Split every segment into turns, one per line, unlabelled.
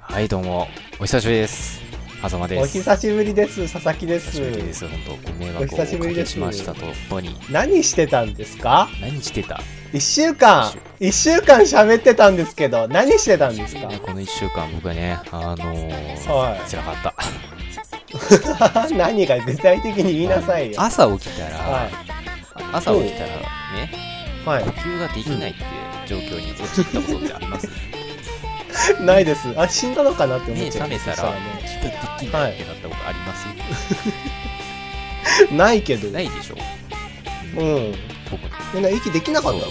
はいどうもお久しぶりです狭間です
お久しぶりです佐々木です
久しぶりです本当ご迷惑をお
お久しぶ
か
り
け
です
しましたとボニー
何してたんですか
何してた、
一週間一週間喋ってたんですけど何してたんですか
ね、この1週間僕はねあのー、
はい
辛かった
何が具体的に言いなさい よ
朝起きたら、
は
朝起きたらね
い、は
呼吸ができないっていう状況に陥ったことってあり ます
い、ないですあ死んだのかなって思っ
目
ちゃ
覚
う
めた
そう
ら
ね
気ができないってなったことあります、
ないけど
ないでしょ
うん
僕
みんな息できなかった
そう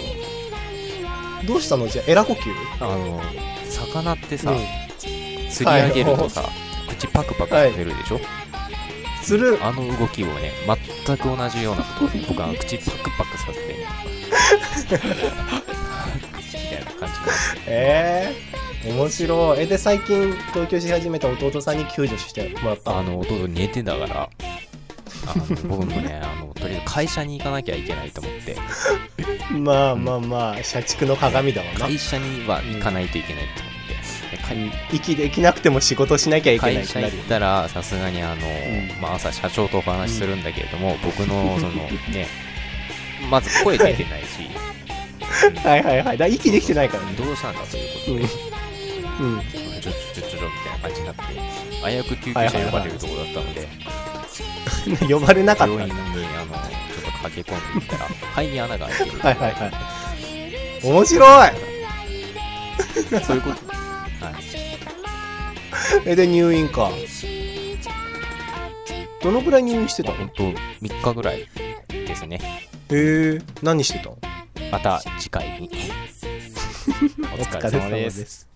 のどうしたのじゃあエラ呼吸
あの魚ってさ、
うん
釣り上げるとさ、口パクパクさせるでしょ、
する
あの動きをね全く同じようなことを僕は口パクパクさせて みたいな感
ええー、面白いえで最近東京し始めた弟さんに救助してもらっ
じ
た
あの弟寝てたからあの僕も ねあのとりあえず会社に行かなきゃいけないと思って
まあまあまあ社畜の鏡だわな
会社には行かないといけないと思ってで会
息できなくても仕事しなきゃいけない
会
って
社
な
行っ
る
たらさすがにあの、
ん
まあ、朝社長とお話しするんだけれども、僕の そのねまず声出てないし、
はいはいはいだから息できてないからね
どうしたんだということ
う
で、
んうん
ちょちょちょちょちょみたいな感じになって危うく救急車呼ばれるとこだったので、
呼ばれなかった
病
は
院
い
にあのちょっと駆け込んでいったら肺に穴が開いてる
はいはい面白い
そういうことはい
えで入院かどのくらい入院してた
まあ
のへ
本当3日ぐらいですね
え何してたの
また次回にお疲れ様です
す